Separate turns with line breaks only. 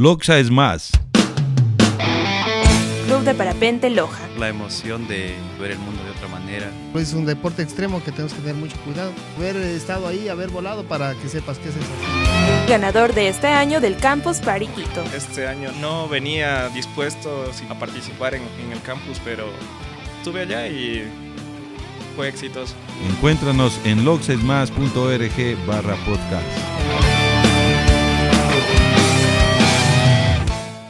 Loxa es más.
Club de Parapente Loja.
La emoción de ver el mundo de otra manera.
Pues es un deporte extremo que tenemos que tener mucho cuidado. Haber estado ahí, haber volado para que sepas qué es eso.
Ganador de este año del Campus Party Quito.
Este año no venía dispuesto a participar en, en el campus, pero estuve allá y fue exitoso.
Encuéntranos en loxesmas.org barra podcast.